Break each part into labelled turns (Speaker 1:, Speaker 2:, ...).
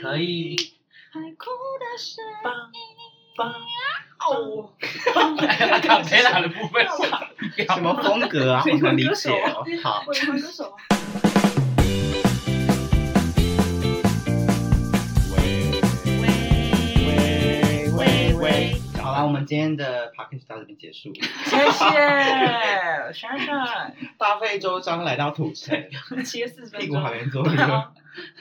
Speaker 1: 可以。
Speaker 2: 海哭的声
Speaker 1: 棒
Speaker 2: 音。
Speaker 1: 棒
Speaker 2: 哦，
Speaker 1: 阿卡贝拉的部分
Speaker 2: 让我
Speaker 1: 是
Speaker 3: 什么风格啊？我
Speaker 2: 灵
Speaker 3: 不
Speaker 2: 魂
Speaker 3: 能理
Speaker 2: 歌
Speaker 3: 解
Speaker 2: 手
Speaker 3: 哦。好，
Speaker 2: 我们歌手。
Speaker 3: 喂
Speaker 2: 喂喂，
Speaker 3: 好啦，我们今天的 podcast 到这边结束。
Speaker 1: 谢谢珊珊，
Speaker 3: 大费周章来到土城，
Speaker 2: 七四十
Speaker 3: 屁
Speaker 2: 分
Speaker 3: 股
Speaker 2: 钟
Speaker 3: 好。难坐热。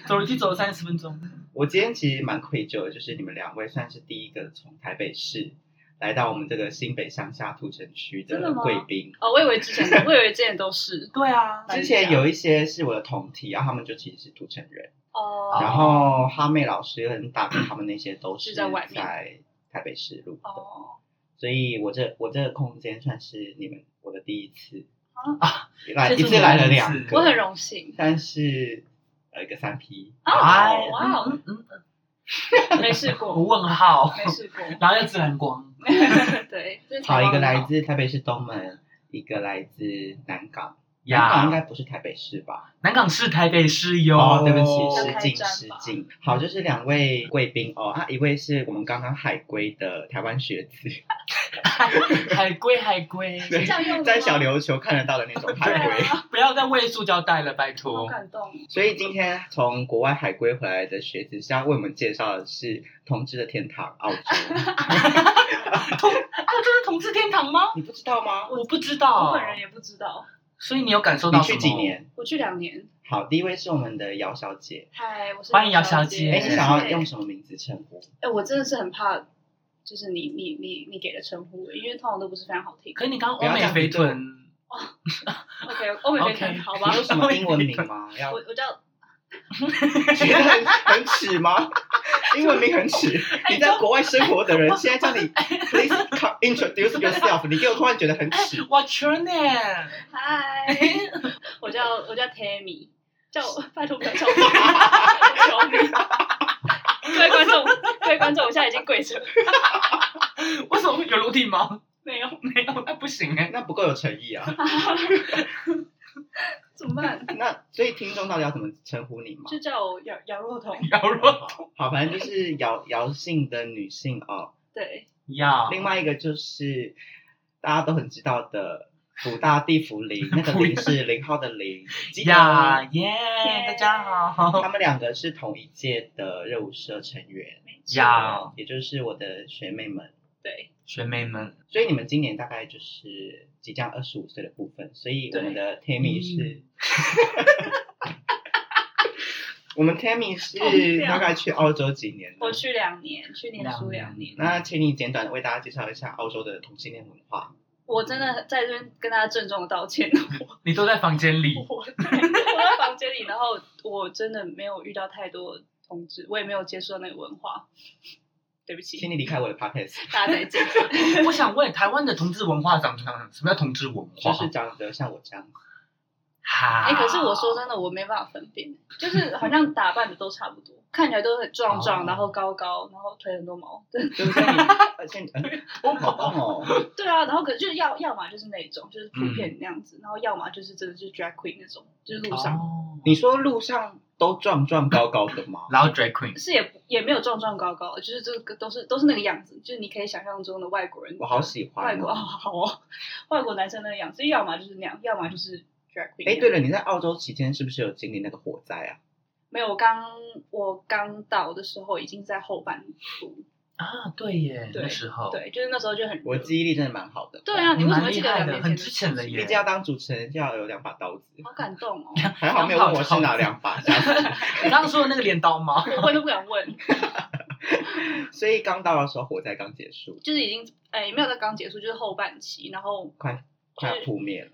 Speaker 1: 走了去走了三十分钟，
Speaker 3: 我今天其实蛮愧疚的，就是你们两位算是第一个从台北市来到我们这个新北乡下土城区
Speaker 2: 真的吗
Speaker 3: 贵宾。
Speaker 4: 哦，我以为之 前，我以为之前都是
Speaker 1: 对啊，
Speaker 3: 之前有一些是我的同体，然后他们就其实是土城人，
Speaker 4: 哦
Speaker 3: 然后哈妹老师跟大哥他们那些都是
Speaker 4: 是在外面
Speaker 3: 在台北市录的，
Speaker 4: 哦，
Speaker 3: 所以我这我这个空间算是你们我的第一次
Speaker 1: 啊，
Speaker 3: 来
Speaker 1: 这
Speaker 3: 一
Speaker 1: 是
Speaker 3: 次来了
Speaker 1: 第一
Speaker 3: 两
Speaker 1: 次
Speaker 3: 个，
Speaker 4: 我很荣幸，
Speaker 3: 但是呃一个三 P，
Speaker 1: 哎，
Speaker 4: 哇哦
Speaker 1: 嗯嗯，
Speaker 3: 嗯
Speaker 4: 没试过
Speaker 1: 我，问号，
Speaker 4: 没试过，
Speaker 1: 然后又自然光，
Speaker 4: 对，这是台
Speaker 3: 好
Speaker 4: 湾
Speaker 3: 一个
Speaker 4: 的
Speaker 3: 来
Speaker 4: 吗
Speaker 3: 自台北市东门，一个来自南港，南港应
Speaker 1: 呀，
Speaker 3: 该不是台北市吧？
Speaker 1: 南港是台北市哟，
Speaker 3: 哦，对不起，
Speaker 4: 是
Speaker 3: 失敬失敬。好，就是两位贵宾哦，啊，一位是我们刚刚海归的台湾学子，
Speaker 1: 海龟海龟，
Speaker 3: 对
Speaker 4: 这样用的吗
Speaker 3: 在小琉球看得到的那种海
Speaker 4: 对
Speaker 3: 归。
Speaker 4: 啊，
Speaker 1: 不要再喂塑胶袋了，拜托
Speaker 4: 好。感动，
Speaker 3: 所以今天从国外海归回来的学子是要为我们介绍的是同志的天堂澳洲，
Speaker 1: 啊，这是同志天堂吗？
Speaker 3: 你不知道吗？
Speaker 1: 我不知
Speaker 4: 我
Speaker 1: 道
Speaker 4: 本，人也不知道，
Speaker 1: 所以你有感受
Speaker 3: 你
Speaker 1: 到什
Speaker 3: 去
Speaker 1: 么？
Speaker 3: 几？年？
Speaker 4: 我去两年，
Speaker 3: 好，第一位是我们的姚小姐，
Speaker 4: 嗨，我是
Speaker 1: 欢迎姚小姐
Speaker 4: 姐，
Speaker 3: 哎，
Speaker 1: 是
Speaker 3: 你想要
Speaker 4: 对
Speaker 3: 用什么名字称呼？
Speaker 4: 哎、我真的是很怕，就是你你你你给的称呼，因为通常都不是非常好听。
Speaker 1: 可是你刚
Speaker 3: 不
Speaker 1: 刚
Speaker 3: 要
Speaker 1: 欧
Speaker 3: 这
Speaker 1: 美
Speaker 3: 样
Speaker 1: 肥臀，
Speaker 4: OK，欧美
Speaker 1: OK
Speaker 4: 非常好吧
Speaker 3: 你？有什么英文名吗？要
Speaker 4: 我我叫
Speaker 3: 觉得很很耻吗？ 英文名很耻。 你在国外生活的人，现在叫你 please co- introduce yourself，你给我突然觉得很耻。
Speaker 1: What's your name？
Speaker 4: 嗨，我 叫我叫 Tammy，叫我拜托不要叫我 求你。各位观众，各位观众，我现在已经跪着，
Speaker 1: 为什么会有裸体吗？
Speaker 4: 没有，
Speaker 1: 没有，那不行哎。
Speaker 3: 那不够有诚意啊！
Speaker 4: 怎么办？
Speaker 3: 那所以听众到底要怎么称呼你嘛
Speaker 4: 就？叫我
Speaker 2: 摇摇若彤，
Speaker 1: 姚若
Speaker 3: 好，反正就是姚姚姓的女性哦。
Speaker 4: 对，
Speaker 1: 呀，
Speaker 3: 另外一个就是大家都很知道的福大地福林，那个林是零号的林。记得
Speaker 1: 呀
Speaker 3: 哦
Speaker 1: 耶，大家好。
Speaker 3: 他们两个是同一届的热舞社成员，
Speaker 4: 没错
Speaker 1: 呀，
Speaker 3: 也就是我的学妹们。
Speaker 4: 对，
Speaker 1: 学妹们，
Speaker 3: 所以你们今年大概就是即将二十五岁的部分，所以我们的 Tammy 是，我们 Tammy
Speaker 4: 痛
Speaker 3: 是
Speaker 4: 掉
Speaker 3: 大概去澳洲几年
Speaker 4: 我
Speaker 3: 了？
Speaker 4: 去两年，去念书
Speaker 1: 两
Speaker 4: 两年。
Speaker 1: 年
Speaker 3: 那请你简短的为大家介绍一下澳洲的同性恋文化。
Speaker 4: 我真的在这边跟大家郑重的道 歉，
Speaker 1: 你都在房间里，
Speaker 4: 我我在房间里，然后我真的没有遇到太多同志，我也没有接触到那个文化。对不
Speaker 3: 请
Speaker 4: 起，
Speaker 3: 你离开我的 podcast，
Speaker 4: 大家再见。
Speaker 1: 我想问台湾的同志文化长什么样？什么叫同志文化？
Speaker 3: 就是长得像我这样。
Speaker 1: 哈，
Speaker 4: 哎、可是我说真的，我没办法分辨，就是好像打扮的都差不多，看起来都很壮
Speaker 1: 哦
Speaker 4: 壮，然后高高，然后腿很多毛。对
Speaker 3: 对 不对？而且你，嗯 我好棒 哦！
Speaker 4: 对啊，然后可就是要要么就是那种就是普
Speaker 3: 嗯
Speaker 4: 遍那样子，然后要么就是真的就是 drag queen 那种，就是路上、
Speaker 1: 哦
Speaker 3: 你说路上都壮壮高高的吗？
Speaker 1: 然后 drag queen，
Speaker 4: 是也不也没有壮壮高高，就是这个都是都是那个样子，就是你可以想象中的外国人
Speaker 3: 我好喜
Speaker 4: 外
Speaker 3: 欢
Speaker 4: 国
Speaker 3: 哦。
Speaker 4: 好哦，外国男生那个样子，要么就是那样，要么就是 drag queen。
Speaker 3: 哎，对，了，你在澳洲期间是不是有经历那个火灾啊？
Speaker 4: 没有，我刚我刚到的时候已经在后半部，
Speaker 1: 啊，对耶，
Speaker 4: 对
Speaker 1: 那时候，
Speaker 4: 对，就是那时候就很
Speaker 3: 哦我
Speaker 4: 热
Speaker 3: 记忆力真的蛮好的。
Speaker 4: 对啊，你为什么
Speaker 1: 蛮
Speaker 4: 会
Speaker 1: 厉
Speaker 4: 记得
Speaker 1: 害
Speaker 4: 两
Speaker 1: 的，
Speaker 4: 年前
Speaker 1: 很之
Speaker 4: 事
Speaker 1: 前的
Speaker 4: 情
Speaker 3: 毕
Speaker 1: 耶
Speaker 3: 竟。要当主持人，就要有两把刀 子。
Speaker 4: 好感动哦，
Speaker 3: 还好没有问我是哪两把这样子。
Speaker 1: 你刚刚说的那个镰刀 吗？
Speaker 4: 我都不敢问，
Speaker 3: 所以刚到的时候，火灾刚结束，
Speaker 4: 就是已经哎、没有到刚结束，就是后半期，然后
Speaker 3: 快快要扑灭了。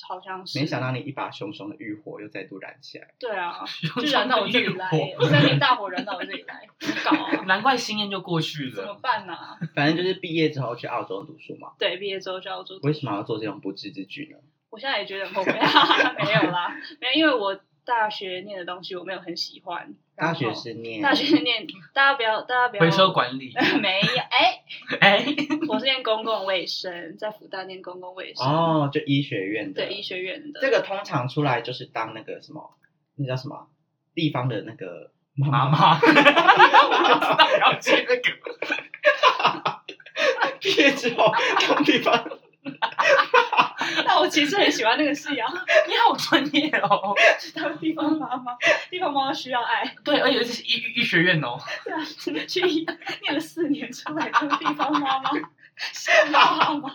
Speaker 4: 好像是
Speaker 3: 没想到你一把熊熊的浴火又再度燃起来。
Speaker 4: 对啊，就燃到我这里来，
Speaker 1: 火，
Speaker 4: 森林大火燃到我这里来，怎么搞 啊？
Speaker 1: 难怪新燕就过去
Speaker 4: 怎么
Speaker 1: 了。
Speaker 4: 办呢、啊？
Speaker 3: 反正就是毕业之后去澳洲读书嘛。
Speaker 4: 对，毕业之后就要做
Speaker 3: 为什么要做这种不智之举呢？
Speaker 4: 我现在也觉得很后悔，哈哈 没有啦，没有，因为我大学念的东西我没有很喜欢。然
Speaker 3: 哦大
Speaker 4: 后
Speaker 3: 学是念
Speaker 4: 大学念，大家不要，大家不要
Speaker 1: 回收管 理，
Speaker 4: 没有，哎、
Speaker 1: 哎，
Speaker 4: 我是念公共卫生，在福大念公共卫生，
Speaker 3: 哦，就医学院的。
Speaker 4: 对，医学院的。
Speaker 3: 这个通常出来就是当那个什么，那叫什么地方的那个
Speaker 1: 妈 妈，我不知道要接那个。
Speaker 3: 毕业之后哦当地方
Speaker 4: 但我其实很喜欢那个夕阳，
Speaker 1: 你好专业哦。
Speaker 2: 当地方妈妈，地方妈妈需要爱。
Speaker 1: 对，而且这是医医学院哦。
Speaker 2: 对啊，去医念了四年出来当地方妈妈，是妈妈。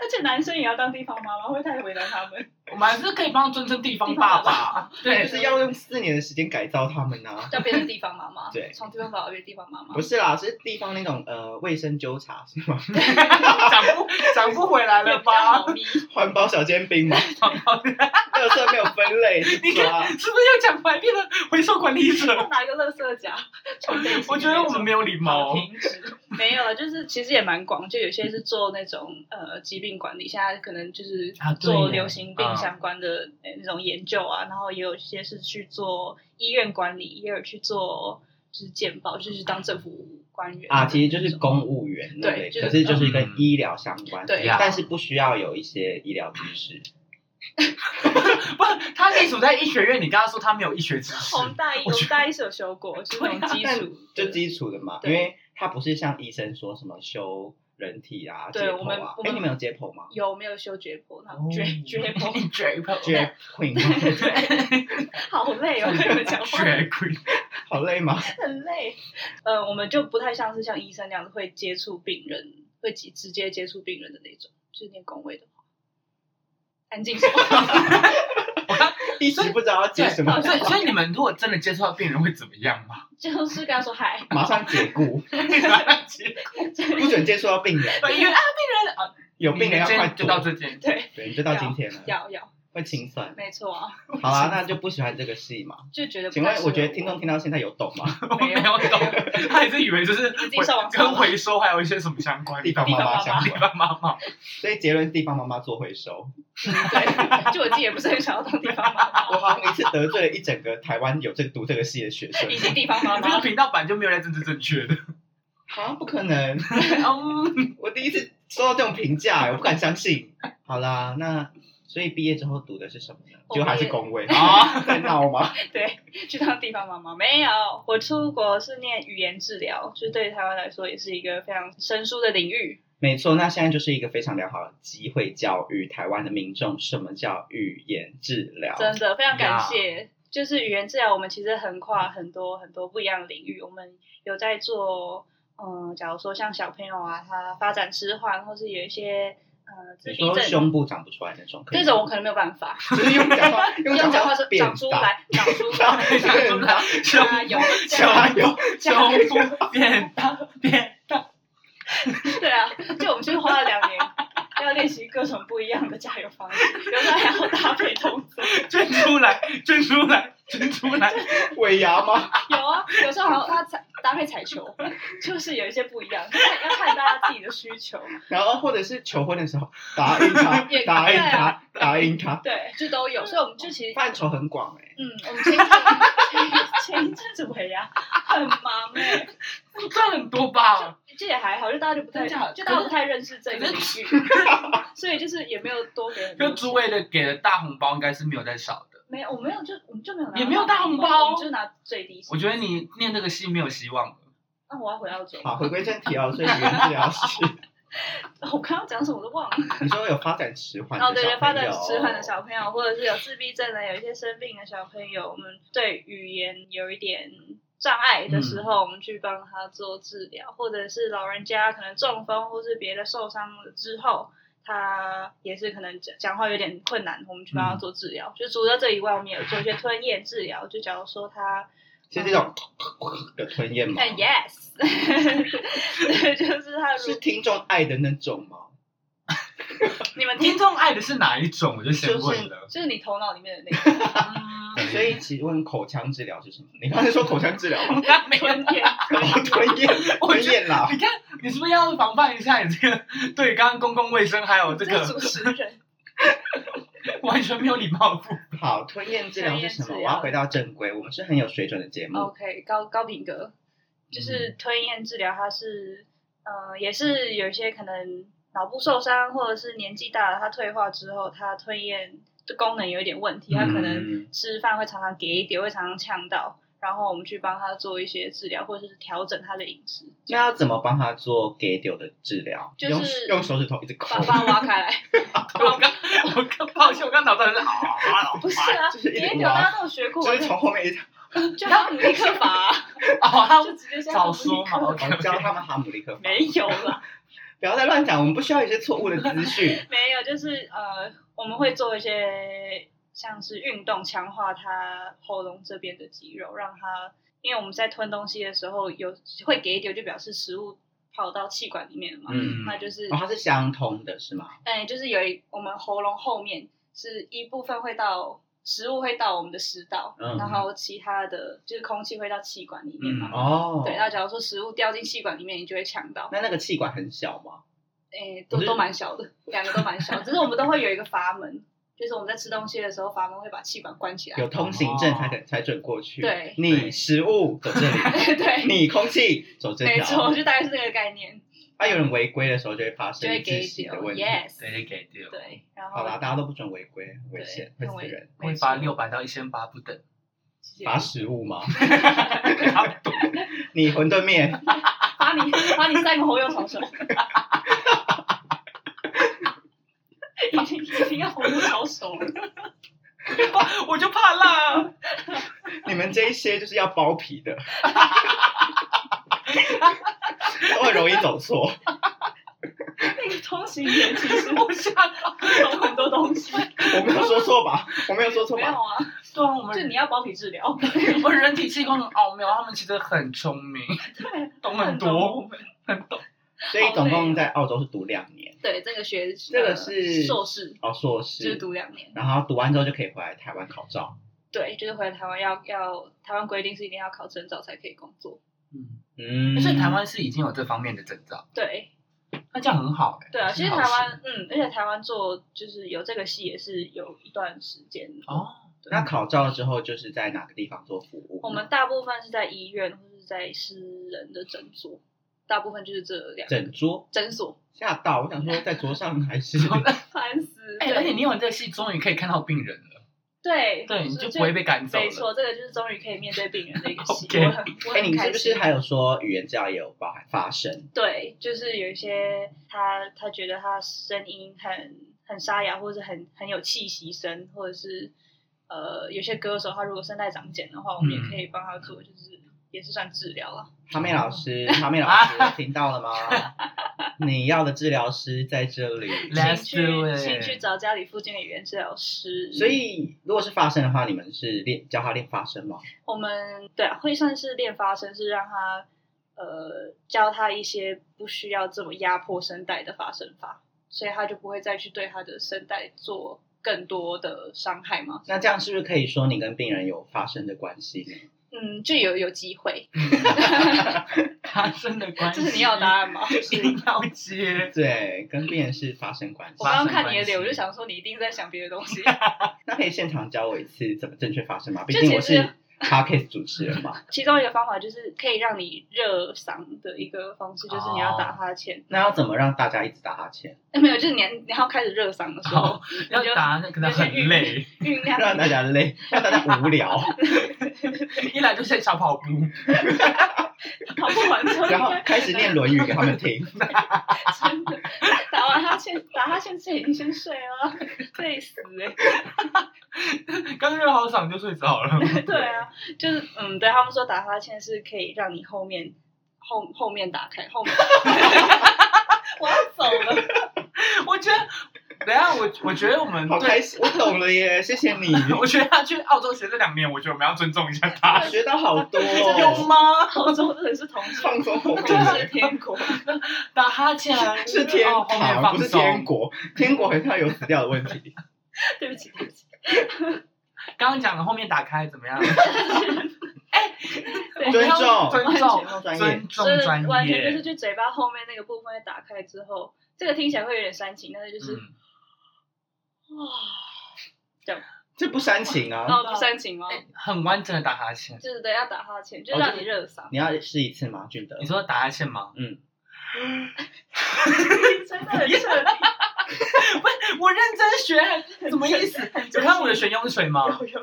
Speaker 2: 而且男生也要当地方妈妈，会不会太为难他们？
Speaker 1: 我们还是可以帮尊称地方爸爸。
Speaker 3: 就
Speaker 1: 对，
Speaker 3: 是要用四年的时间改造他们 呐、
Speaker 4: 要变成地方妈妈，
Speaker 3: 对
Speaker 4: 从地方宝宝变地方妈妈
Speaker 3: 不。是啦，是地方那种呃卫生纠察是吗？
Speaker 1: 长不长不回来了
Speaker 4: 比较
Speaker 1: 吧
Speaker 4: 猫？咪，
Speaker 3: 环保小尖兵嘛，
Speaker 1: 长不回来
Speaker 3: 垃圾没有分类是
Speaker 1: 你
Speaker 3: 吧
Speaker 1: 看，？是不是又讲白变成回收管理者？
Speaker 2: 拿一个垃圾夹，
Speaker 4: 从这一集
Speaker 1: 我觉得我们没有礼貌。哦
Speaker 2: 停止。
Speaker 4: 没有啊，就是其实也蛮广，就有些是做那种呃疾病管理，现在可能就是
Speaker 1: 啊对
Speaker 4: 做
Speaker 1: 耶
Speaker 4: 流行病
Speaker 1: 嗯
Speaker 4: 相关的呃那种研究啊，然后也有一些是去做医院管理，也有去做就是健保，就是当政府官员
Speaker 3: 啊，其实就
Speaker 4: 那
Speaker 3: 是
Speaker 4: 种
Speaker 3: 公务员那
Speaker 4: 对
Speaker 3: 类，
Speaker 4: 就是
Speaker 3: 可是就是
Speaker 1: 嗯
Speaker 3: 跟医疗相关，
Speaker 4: 对
Speaker 3: 但是不需要有一些医疗知识。
Speaker 1: 不是，他隶属在医学院，你刚刚说他没有医学知识。
Speaker 4: 我们大一，我
Speaker 1: 我觉
Speaker 4: 们大一是有修过，就是那种基
Speaker 3: 啊但
Speaker 4: 础，
Speaker 3: 就基础的嘛，因
Speaker 4: 对
Speaker 3: 为它不是像医生说什么修人体啊、解
Speaker 4: 对我们
Speaker 3: 剖啊
Speaker 4: 我。
Speaker 3: 哎，
Speaker 4: 们
Speaker 3: 你们有解剖吗？
Speaker 4: 有没有修解剖？那
Speaker 1: 哦
Speaker 4: 种解 解剖
Speaker 1: 绝碰
Speaker 3: 解剖吗？
Speaker 4: 好累哦，跟你们讲话
Speaker 1: 绝鬼，
Speaker 3: 好累吗？
Speaker 4: 很累。呃，我们就不太像是像医生那样子会接触病人，会直直接接触病人的那种，就是念工位的话。安静说，
Speaker 3: 一时不知道要接什么
Speaker 1: 对，所以所以你们如果真的接触到病人会怎么样吗？
Speaker 4: 就是跟他说嗨，
Speaker 3: 马上解雇，不准接触到病人，
Speaker 1: 对，因为啊，病人啊，
Speaker 3: 有病人要
Speaker 1: 你们
Speaker 3: 快
Speaker 1: 今天就到
Speaker 3: 躲。
Speaker 1: 这 间，
Speaker 4: 对，
Speaker 3: 对，就到今天了，
Speaker 4: 要要，
Speaker 3: 会清算。
Speaker 4: 没错啊，
Speaker 3: 好啦，那就不喜欢这个戏嘛。
Speaker 4: 就觉得不
Speaker 3: 请
Speaker 4: 太适
Speaker 3: 问，
Speaker 4: 合
Speaker 3: 我觉得听众听到现在有懂吗？
Speaker 1: 我没有懂， 他也是以为就是
Speaker 4: 已经上网
Speaker 1: 回
Speaker 4: 查了
Speaker 1: 跟回收还有一些什么相关
Speaker 3: 地方妈妈相
Speaker 1: 地
Speaker 3: 关，
Speaker 1: 方妈妈，
Speaker 3: 所以结论地方妈妈做回收。
Speaker 4: 对， 就我自己也不是很想要当地方妈妈，
Speaker 3: 我好像一次得罪了一整个台湾有这读这个系的学生
Speaker 4: 以，及地方妈
Speaker 1: 这个
Speaker 4: 妈，
Speaker 1: 频道版就没有在政治正确的。
Speaker 3: 啊，不可能！
Speaker 1: 嗯，
Speaker 3: 我第一次收到这种评价，我不敢相信。好啦，那所以毕业之后读的是什么呢？
Speaker 4: 我
Speaker 3: 就还是
Speaker 4: 也
Speaker 3: 工位
Speaker 1: 啊
Speaker 3: 啊，在闹吗？
Speaker 4: 对，去当地方妈妈没有。我出国是念语言治疗，就是对台湾来说也是一个非常生疏的领域。
Speaker 3: 没错，那现在就是一个非常良好的机会，教育台湾的民众什么叫语言治疗。
Speaker 4: 真的非常感谢。就是语言治疗，我们其实横跨很多很多不一样的领域。我们有在做，嗯，假如说像小朋友啊，他发展迟缓，或是有一些呃自
Speaker 3: 你
Speaker 4: 闭
Speaker 3: 说
Speaker 4: 症，
Speaker 3: 胸部长不出来那种，可以
Speaker 4: 这种我可能没有办法。
Speaker 3: 就是用讲话，用
Speaker 4: 用
Speaker 3: 讲
Speaker 4: 讲
Speaker 3: 话
Speaker 4: 话说
Speaker 3: 变
Speaker 4: 长出
Speaker 3: 大，
Speaker 4: 来，长出来，
Speaker 3: 变大，
Speaker 4: 加油，
Speaker 3: 加
Speaker 4: 加油！
Speaker 3: 油！
Speaker 1: 胸部变大变大，
Speaker 4: 对啊，就我们就是花了两年。要练习各种不一样的加油方式，有时候还要搭配动作。
Speaker 1: 捐出来，捐出来，捐出来，
Speaker 3: 尾牙吗？
Speaker 4: 有啊，有时候好像他踩搭配踩球，就是有一些不一样，就是要看大家自己的需求。
Speaker 3: 然后或者是求婚的时候，答应他
Speaker 4: 也，
Speaker 3: 答应
Speaker 4: 对啊
Speaker 3: 他，答应他，
Speaker 4: 对，就都有，所以我们就其实，
Speaker 3: 范畴很广哎、
Speaker 4: 嗯，我们前一阵前一阵子尾牙很忙哎、
Speaker 1: 赚很多吧？
Speaker 4: 这也还好，就大家就不太，
Speaker 1: 真假
Speaker 4: 就大家不太认识这个领域， 所以就是也没有多给很多
Speaker 1: 就
Speaker 4: 钱
Speaker 1: 诸位的给的大红包应该是没有在少的。
Speaker 4: 没有，我没有就我们就没有拿
Speaker 1: 也没有大红包
Speaker 4: 我们就拿最低薪。
Speaker 1: 我觉得你念这个戏没有希望了。
Speaker 4: 那我要回澳洲，
Speaker 3: 好，回归正题哦，所以语言治疗师，
Speaker 4: 我刚刚讲什么我都忘了。
Speaker 3: 你说有发展迟缓的
Speaker 4: 哦，对对，
Speaker 3: 小
Speaker 4: 发
Speaker 3: 朋
Speaker 4: 展
Speaker 3: 友
Speaker 4: 迟缓的小朋友，或者是有自闭症的、有一些生病的小朋友，我们对语言有一点障碍的
Speaker 3: 嗯
Speaker 4: 时候，我们去帮他做治疗，或者是老人家可能中风或是别的受伤了之后。他也是可能讲讲话有点困难，我们去
Speaker 3: 嗯
Speaker 4: 帮他做治疗。就除了这以外，我们也有做一些吞咽治疗。就假如说他
Speaker 3: 是这种的吞咽吗？
Speaker 4: 但 yes，对，就是他
Speaker 3: 是
Speaker 4: 哎如
Speaker 3: 听众爱的那种吗？
Speaker 4: 你们听
Speaker 1: 听，众爱的是哪一种？我就先问了。
Speaker 4: 就是你头脑里面的那个
Speaker 1: 嗯
Speaker 3: 所以请问口腔治疗是什么？你刚才说口腔治疗吗？
Speaker 1: 他没有
Speaker 4: 吞咽，
Speaker 3: 哦 吞咽，
Speaker 1: 我
Speaker 3: 吞咽啦。
Speaker 1: 你看，你是不是要防范一下你这个 对刚刚公共卫生还有这
Speaker 4: 这
Speaker 1: 个
Speaker 4: 主持人。
Speaker 1: 完全没有礼貌的部分？
Speaker 3: 好，吞咽治疗是什么？
Speaker 4: 吞咽治疗嗯
Speaker 3: 我要回到正轨，我们是很有水准的节目。
Speaker 4: OK，高高品格，
Speaker 3: 嗯
Speaker 4: 就是吞咽治疗，它是呃，也是有一些可能脑部受伤，或者是年纪大了，它退化之后，它吞咽的功能有一点问题，它可能
Speaker 3: 嗯
Speaker 4: 吃饭会常常给一点，会常常呛到，然后我们去帮他做一些治疗，或者是调整他的饮食，
Speaker 3: 那要怎么帮他做给丢的治疗？
Speaker 4: 就是
Speaker 3: 用用手指头一直抠
Speaker 4: 把，把它挖开 来。
Speaker 1: 我刚我刚抱歉，我刚脑袋是啊，
Speaker 4: 不是啊，
Speaker 3: 就是一
Speaker 4: 别
Speaker 3: 直
Speaker 4: 扭大
Speaker 3: 挖，
Speaker 4: 家都有学过，
Speaker 3: 就是从后面一直
Speaker 4: 就哈姆立克法 啊，
Speaker 1: 哦，
Speaker 4: 就直接下
Speaker 1: 早说嘛，OK
Speaker 3: 我哦教他们哈姆立克法。
Speaker 4: 没有啦，
Speaker 3: 不要再乱讲，我们不需要一些错误的资讯。
Speaker 4: 没有，就是呃，我们会做一些像是运动，强化他喉咙这边的肌肉，让他，因为我们在吞东西的时候有会给一丢，就表示食物跑到气管里面了嘛，
Speaker 3: 嗯，
Speaker 4: 那就是
Speaker 3: 哦，它是相通的，是吗？
Speaker 4: 嗯，就是有一我们喉咙后面是一部分会到食物会到我们的食道，
Speaker 3: 嗯
Speaker 4: 然后其他的就是空气会到气管里面嘛。
Speaker 1: 嗯
Speaker 3: 哦，
Speaker 4: 对，那假如说食物掉进气管里面，你就会呛到。
Speaker 3: 那那个气管很小吗？
Speaker 4: 诶，哎都
Speaker 3: 可是
Speaker 4: 都蛮小的，两个都蛮小，只是我们都会有一个阀门，就是我们在吃东西的时候，阀门会把气管关起来。
Speaker 3: 有通行证才可才准过去。
Speaker 4: 哦对
Speaker 3: 你食物走这里，
Speaker 4: 对 对，
Speaker 3: 你空气走这
Speaker 4: 没
Speaker 3: 条
Speaker 4: 错，。就大概是这个概念，
Speaker 3: 啊，有人违规的时候就会发
Speaker 4: 就
Speaker 3: 生
Speaker 4: 会
Speaker 3: 窒
Speaker 4: 给
Speaker 3: 息
Speaker 4: 丢
Speaker 3: 的问题。
Speaker 4: ，yes，
Speaker 1: 谁给丢？
Speaker 4: 对，然后
Speaker 3: 好啦，大家都不准违规，很危
Speaker 4: 对
Speaker 3: 险，会
Speaker 4: 很
Speaker 3: 死
Speaker 4: 危
Speaker 3: 人。
Speaker 1: 会罚六百到一千八不等，
Speaker 4: 谢谢
Speaker 3: 罚食 物吗？
Speaker 1: 差不多。
Speaker 3: 你馄饨面，
Speaker 4: 把你把你三个猴油炒熟，
Speaker 2: 已经已经要红的超熟了。
Speaker 1: 我就怕辣，
Speaker 3: 你们这一些就是要包皮的， 都很容易走错。
Speaker 2: 那个通行人其实
Speaker 1: 我吓到。
Speaker 2: 懂很多东西，
Speaker 3: 我没有说错吧？我没有说错
Speaker 4: 没有
Speaker 3: 吧？
Speaker 4: 啊，
Speaker 1: 对啊，我
Speaker 2: 就
Speaker 1: 们
Speaker 2: 你要包皮 治疗，
Speaker 1: 我们人体器官很奥妙，他们其实很聪明，懂很多，很懂。
Speaker 3: 所以总
Speaker 4: 哦
Speaker 3: 共在澳洲是读两年，
Speaker 4: 对，这个学
Speaker 3: 这个
Speaker 4: 呃
Speaker 3: 是
Speaker 4: 硕士，
Speaker 3: 哦，硕
Speaker 4: 就是
Speaker 3: 士，
Speaker 4: 读两年。
Speaker 3: 然后读完之后就可以回来台湾考照。
Speaker 4: 对，就是回来台湾要要台湾规定是一定要考证照才可以工作。
Speaker 1: 嗯，
Speaker 3: 嗯，
Speaker 1: 所以台湾是已经有这方面的证照，
Speaker 4: 对
Speaker 1: 那这样很好哎。
Speaker 4: 对啊，其实
Speaker 1: 是好
Speaker 4: 台
Speaker 1: 事
Speaker 4: 湾嗯，而且台湾做就是有这个系也是有一段时间。啊
Speaker 1: 哦，
Speaker 3: 那考照了之后就是在哪个地方做服务？
Speaker 4: 我们大部分是在医院或是在私人的诊所，大部分就是这两个
Speaker 3: 整桌
Speaker 4: 诊所。
Speaker 3: 吓到，我想说在桌上还是
Speaker 4: 烦死！
Speaker 1: 哎，
Speaker 4: 对
Speaker 1: 而且你有这个戏，终于可以看到病人了，
Speaker 4: 对
Speaker 1: 对，你
Speaker 4: 就
Speaker 1: 就不会被赶走
Speaker 4: 没
Speaker 1: 了。
Speaker 4: 错，这个就是终于可以面对病人的一个 系。
Speaker 1: OK
Speaker 4: 我很我
Speaker 3: 哎，你
Speaker 4: 很
Speaker 3: 们是
Speaker 4: 开
Speaker 3: 不
Speaker 4: 心
Speaker 3: 是。还有说语言治疗也有包含发声？
Speaker 4: 对，就是有一些他他觉得他声音很很沙哑，或者是很很有气息声，或者是呃有些歌手他如果声带长茧的话，我们也可
Speaker 1: 嗯
Speaker 4: 以帮他做，就是也是算治疗啊。
Speaker 3: 哈妹 老师，哈妹老师听到了吗？你要的治疗师在这里。
Speaker 4: 请
Speaker 1: Let's
Speaker 4: 去
Speaker 1: do
Speaker 4: 请去
Speaker 1: it。
Speaker 4: 找家里附近的语言治疗师。
Speaker 3: 所以如果是发声的话，你们是练教他练发声吗？
Speaker 4: 我们对啊，会算是练发声，是让他呃教他一些不需要这么压迫声带的发声法，所以他就不会再去对他的声带做更多的伤害嘛。
Speaker 3: 那这样是不是可以说你跟病人有发生的关系呢？
Speaker 4: 嗯，就有有机会，
Speaker 1: 发生的关系，
Speaker 4: 这是你要的答案吗？
Speaker 1: 一定要接。
Speaker 3: 对，跟病人是发生关系
Speaker 4: 我。刚刚看
Speaker 1: 发生关
Speaker 4: 你
Speaker 1: 系
Speaker 4: 的脸，我就想说你一定在想别的东西。
Speaker 3: 那可以现场教我一次怎么正确发声吗？毕
Speaker 4: 就
Speaker 3: 竟我
Speaker 4: 其实
Speaker 3: 是 podcast 主持人嘛。
Speaker 4: 其中一个方法就是可以让你热嗓的一个方式，就是你要打哈欠。
Speaker 3: 那要怎么让大家一直打哈欠，
Speaker 4: 哎 没有，就是你要你要开始热嗓的时候
Speaker 1: 好，要答，那可能很累，
Speaker 4: 酝酿
Speaker 3: 让大家累，让大家无聊，
Speaker 1: 一来就是小跑步，
Speaker 4: 跑不完之后，
Speaker 3: 然后开始念《论语》给他们听。
Speaker 4: 真的，打完哈欠，打哈欠之前已经先睡了，累死哎、
Speaker 1: 刚热好嗓就睡着 了。
Speaker 4: 对啊，就是嗯，对他们说打哈欠是可以让你后面后后面打开后面。 我要走了，
Speaker 1: 我觉得，等一下我我觉得我们
Speaker 3: 好
Speaker 1: 对，
Speaker 3: 开心，我懂了耶，谢谢你，
Speaker 1: 我觉得他去澳洲学这两年，我觉得我们要尊重一下他。
Speaker 3: 学到好多、
Speaker 1: 有
Speaker 3: 哦，
Speaker 1: 吗？
Speaker 4: 澳洲真的是同志
Speaker 3: 放 松后面
Speaker 4: 同志天国，
Speaker 1: 打哈欠
Speaker 3: 是天
Speaker 1: 哦后面
Speaker 3: 堂，
Speaker 1: 放
Speaker 3: 不是
Speaker 1: 松
Speaker 3: 天国，天国很像有死掉的问题。
Speaker 4: 对不起对不起，
Speaker 1: 刚刚讲的后面打开怎么样？
Speaker 4: 对
Speaker 1: 我们要
Speaker 3: 尊
Speaker 1: 尊重
Speaker 3: 尊重专业
Speaker 1: 尊
Speaker 4: 所
Speaker 1: 重
Speaker 4: 以
Speaker 1: 专
Speaker 4: 完全就是
Speaker 1: 业。
Speaker 4: 就嘴巴后面那个部分会打开之后，这个听起来会有点煽情，但是就是、
Speaker 1: 嗯，
Speaker 4: 哇，
Speaker 3: 这不煽情啊！
Speaker 4: 哦不煽情吗？
Speaker 1: 很完整的打哈欠。
Speaker 4: 就是对要打哈欠，就
Speaker 3: 哦
Speaker 4: 让
Speaker 3: 就
Speaker 4: 你热 嗓，
Speaker 3: 你要试一次吗，俊德
Speaker 1: 你？说打哈欠吗？
Speaker 4: 真的很彻底。
Speaker 1: 我认真学，什么意思？有看到我的悬雍水吗？
Speaker 2: 有有